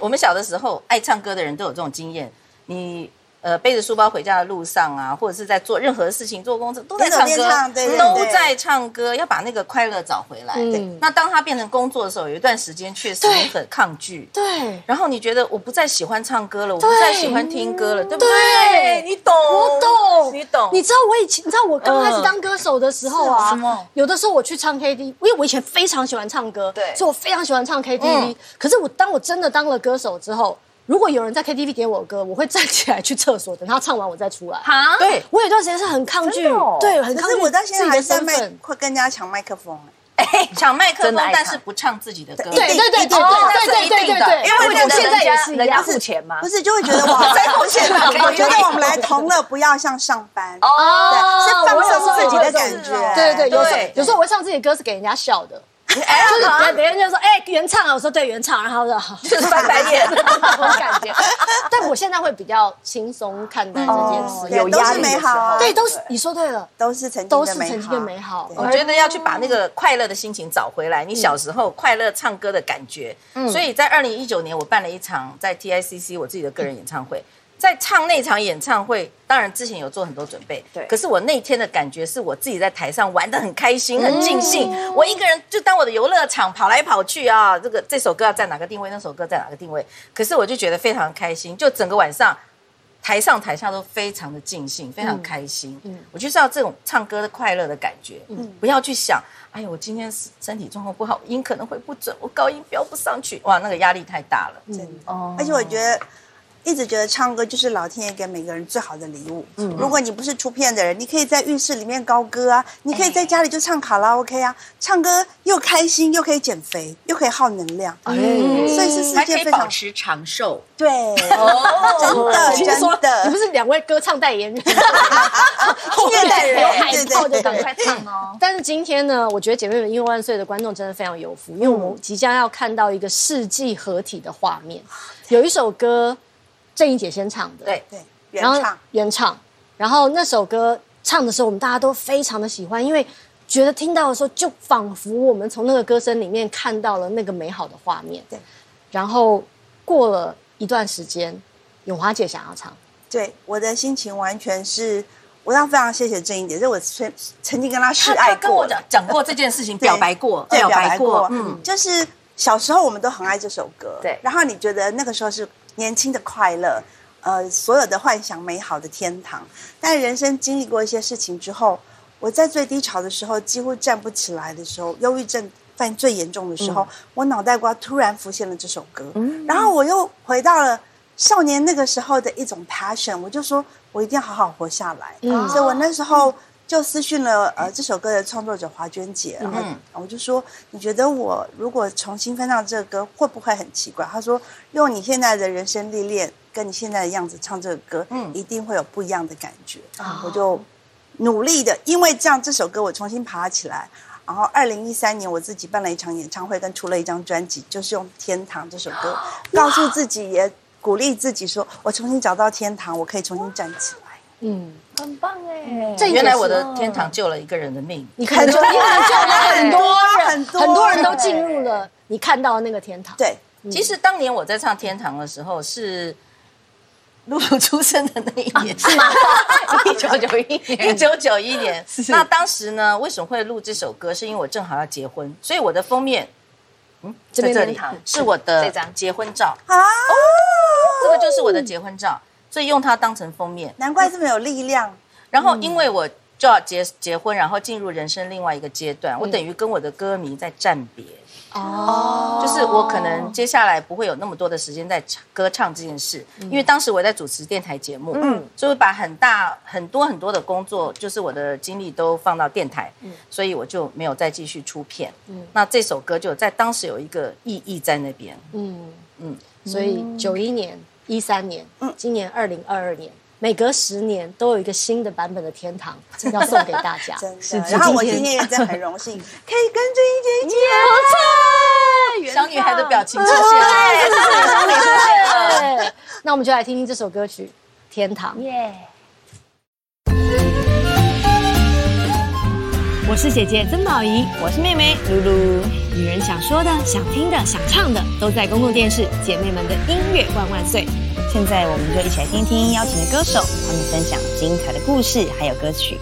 Speaker 5: 我们小的时候爱唱歌的人都有这种经验，你。呃，背着书包回家的路上啊，或者是在做任何事情、坐公车，都在唱
Speaker 3: 都有
Speaker 5: 歌，
Speaker 3: 练唱对对
Speaker 5: 都
Speaker 3: 对
Speaker 5: 在唱歌，要把那个快乐找回来。
Speaker 4: 嗯
Speaker 5: 那当它变成工作的时候，有一段时间确实你很抗拒，
Speaker 4: 对。
Speaker 5: 然后你觉得我不再喜欢唱歌了，我不再喜欢听歌了，对不
Speaker 4: 对
Speaker 5: 对？
Speaker 2: 哎
Speaker 5: 你懂，
Speaker 4: 我懂，
Speaker 5: 你懂，
Speaker 4: 你知道我以前，你知道我刚开始当歌手的时候啊，
Speaker 5: 是什么
Speaker 4: 有的时候我去唱 KTV，因为我以前非常喜欢唱歌，
Speaker 2: 对
Speaker 4: 所以我非常喜欢唱 KTV、可是我当我真的当了歌手之后，如果有人在 KTV 点我歌，我会站起来去厕所，等他唱完我再出来。
Speaker 2: 啊，
Speaker 5: 对，
Speaker 4: 我有一段时间是很抗拒，
Speaker 2: 真的哦
Speaker 4: 对，很
Speaker 3: 可
Speaker 4: 抗
Speaker 3: 是
Speaker 4: 拒。
Speaker 3: 我到现在还是在卖
Speaker 4: 身份，啊
Speaker 3: 会跟人家抢麦克风，
Speaker 5: 哎抢麦克
Speaker 2: 真
Speaker 5: 风
Speaker 2: 的爱，
Speaker 5: 但
Speaker 2: 唱
Speaker 5: 是不唱自己的歌，
Speaker 4: 对对对
Speaker 2: 哦
Speaker 4: 对对对对对对对，
Speaker 2: 因为我觉得
Speaker 4: 现在也是一
Speaker 2: 人家
Speaker 4: 样。
Speaker 2: 付钱吗
Speaker 3: 不？是就 会觉得 哇，在贡献我觉得我们来同乐，不要像上班，对，是放松自己的感觉，
Speaker 4: 哦对对，有时候
Speaker 5: 对
Speaker 4: 有时候我会唱自己的歌是给人家笑的，就是别别人就说哎原唱啊，我说对原唱，然后就 好。
Speaker 5: 就是翻白眼。
Speaker 4: 那种感觉。但我现在会比较轻松看待这件
Speaker 3: 哦
Speaker 4: 事。
Speaker 3: 对
Speaker 2: 有
Speaker 3: 都
Speaker 2: 压
Speaker 3: 是
Speaker 2: 力的
Speaker 3: 美
Speaker 2: 时
Speaker 3: 好
Speaker 2: 候，
Speaker 4: 对，都是你说对了，
Speaker 3: 都是曾经
Speaker 4: 都
Speaker 3: 的
Speaker 4: 是曾经的美好。
Speaker 5: 我觉得要去把那个快乐的心情找回来，你小时候快乐唱歌的感觉。所以在二零一九年，我办了一场在 TICC 我自己的个人演唱会。在唱那场演唱会，当然之前有做很多准备，
Speaker 2: 对
Speaker 5: 可是我那天的感觉是我自己在台上玩的很开心、很尽兴，我一个人就当我的游乐场跑来跑去啊，这个这首歌要在哪个定位，那首歌在哪个定位，可是我就觉得非常开心，就整个晚上台上台下都非常的尽兴，非常开心。嗯，我就是要这种唱歌的快乐的感觉。嗯，不要去想，哎呦，我今天身体状况不好，音可能会不准，我高音飙不上去，哇，那个压力太大了。嗯，
Speaker 2: 哦
Speaker 3: 而且我觉得。一直觉得唱歌就是老天爷给每个人最好的礼物。如果你不是出片的人，你可以在浴室里面高歌啊，你可以在家里就唱卡拉 OK 啊，唱歌又开心又可以减肥，又可以耗能量，
Speaker 4: 嗯
Speaker 3: 所以是世
Speaker 5: 还
Speaker 3: 界
Speaker 5: 可以
Speaker 3: 非
Speaker 5: 保
Speaker 3: 常
Speaker 5: 持长寿。
Speaker 3: 对，真的
Speaker 4: 你是说
Speaker 3: 真的
Speaker 4: 你不。是两位歌唱代言人，
Speaker 3: 乐代人
Speaker 4: 有海报就
Speaker 3: 对对
Speaker 4: 赶
Speaker 3: 对
Speaker 4: 快唱哦。但是今天呢，我觉得姐妹们因为万岁的观众真的非常有福，因为我们即将要看到一个世纪合体的画面。有一首歌，郑怡姐先唱的，
Speaker 5: 对
Speaker 3: 对，原
Speaker 4: 然后
Speaker 3: 唱
Speaker 4: 原唱，然后那首歌唱的时候，我们大家都非常的喜欢，因为觉得听到的时候，就仿佛我们从那个歌声里面看到了那个美好的画面。
Speaker 3: 对，
Speaker 4: 然后过了一段时间，永华姐想要唱，
Speaker 3: 对，我的心情完全是，我要非常谢谢郑怡姐，这我曾曾经跟她示爱
Speaker 5: 他
Speaker 3: 过，
Speaker 5: 跟我讲讲过这件事情，
Speaker 3: 对
Speaker 5: 表白过，
Speaker 3: 对，表白过，
Speaker 5: 嗯
Speaker 3: 嗯，，就是小时候我们都很爱这首歌，
Speaker 2: 对
Speaker 3: 然后你觉得那个时候是年轻的快乐。呃所有的幻想美好的天堂。但人生经历过一些事情之后，我在最低潮的时候，几乎站不起来的时候，忧郁症犯最严重的时候，我脑袋瓜突然浮现了这首歌，然后我又回到了少年那个时候的一种 passion，我就说我一定要好好活下来。所以我那时候就私讯了呃这首歌的创作者华娟姐，然后我就说你觉得我如果重新翻唱这个歌会不会很奇怪？她说用你现在的人生历练跟你现在的样子唱这个歌，一定会有不一样的感觉。我就。努力的，因为这样这首歌我重新爬起来。然后，二零一三年我自己办了一场演唱会，跟出了一张专辑，就是用《天堂》这首歌，告诉自己也鼓励自己说，我重新找到天堂，我可以重新站起来。
Speaker 4: 嗯
Speaker 2: 很棒哎，
Speaker 4: 这也
Speaker 5: 原来我
Speaker 4: 是
Speaker 5: 的天堂救了一个人的命，
Speaker 4: 你可能就你可能就有很多人
Speaker 3: 很多
Speaker 4: 很多人都进入了你看到的那个天堂。
Speaker 3: 对，
Speaker 5: 其实当年我在唱《天堂》的时候是露露出生的那一年，是吗？
Speaker 2: 一九九一
Speaker 5: 一
Speaker 2: 年，
Speaker 5: 九九一年。那当时呢，为什么会录这首歌？是因为我正好要结婚，所以我的封面，嗯，
Speaker 4: 这
Speaker 5: 在
Speaker 4: 边
Speaker 5: 这
Speaker 4: 呢
Speaker 5: 里是我
Speaker 2: 这
Speaker 5: 的
Speaker 2: 张
Speaker 5: 结婚照，
Speaker 3: 啊，
Speaker 5: 这个就是我的结婚照，所以用它当成封面。
Speaker 3: 难怪这么有力量。
Speaker 5: 然后因为我就要结结婚，然后进入人生另外一个阶段，我等于跟我的歌迷在暂别。
Speaker 4: 哦，
Speaker 5: 就是我可能接下来不会有那么多的时间在唱歌唱这件事，因为当时我在主持电台节目，嗯，所以我把很大很多很多的工作，就是我的精力都放到电台，所以我就没有再继续出片。那这首歌就在当时有一个意义在那边，
Speaker 4: 嗯嗯
Speaker 5: 嗯，
Speaker 4: 所以九一年、一三年，今年二零二二年，每隔十年都有一个新的版本的天堂要送给大家。
Speaker 3: 真
Speaker 2: 是
Speaker 3: 的，然后我
Speaker 2: 今天
Speaker 3: 今天也真的很 荣幸，可以跟着一姐一起
Speaker 5: 小女孩的表情出现了。
Speaker 4: 对，那我们就来听听这首歌曲《天堂》。
Speaker 1: 我是姐姐曾宝仪，我是妹妹露露。女人想说的、想听的、想唱的，都在公共电视。姐妹们的音乐万万岁！
Speaker 7: 现在我们就一起来听听邀请的歌手，他们分享精彩的故事还有歌曲。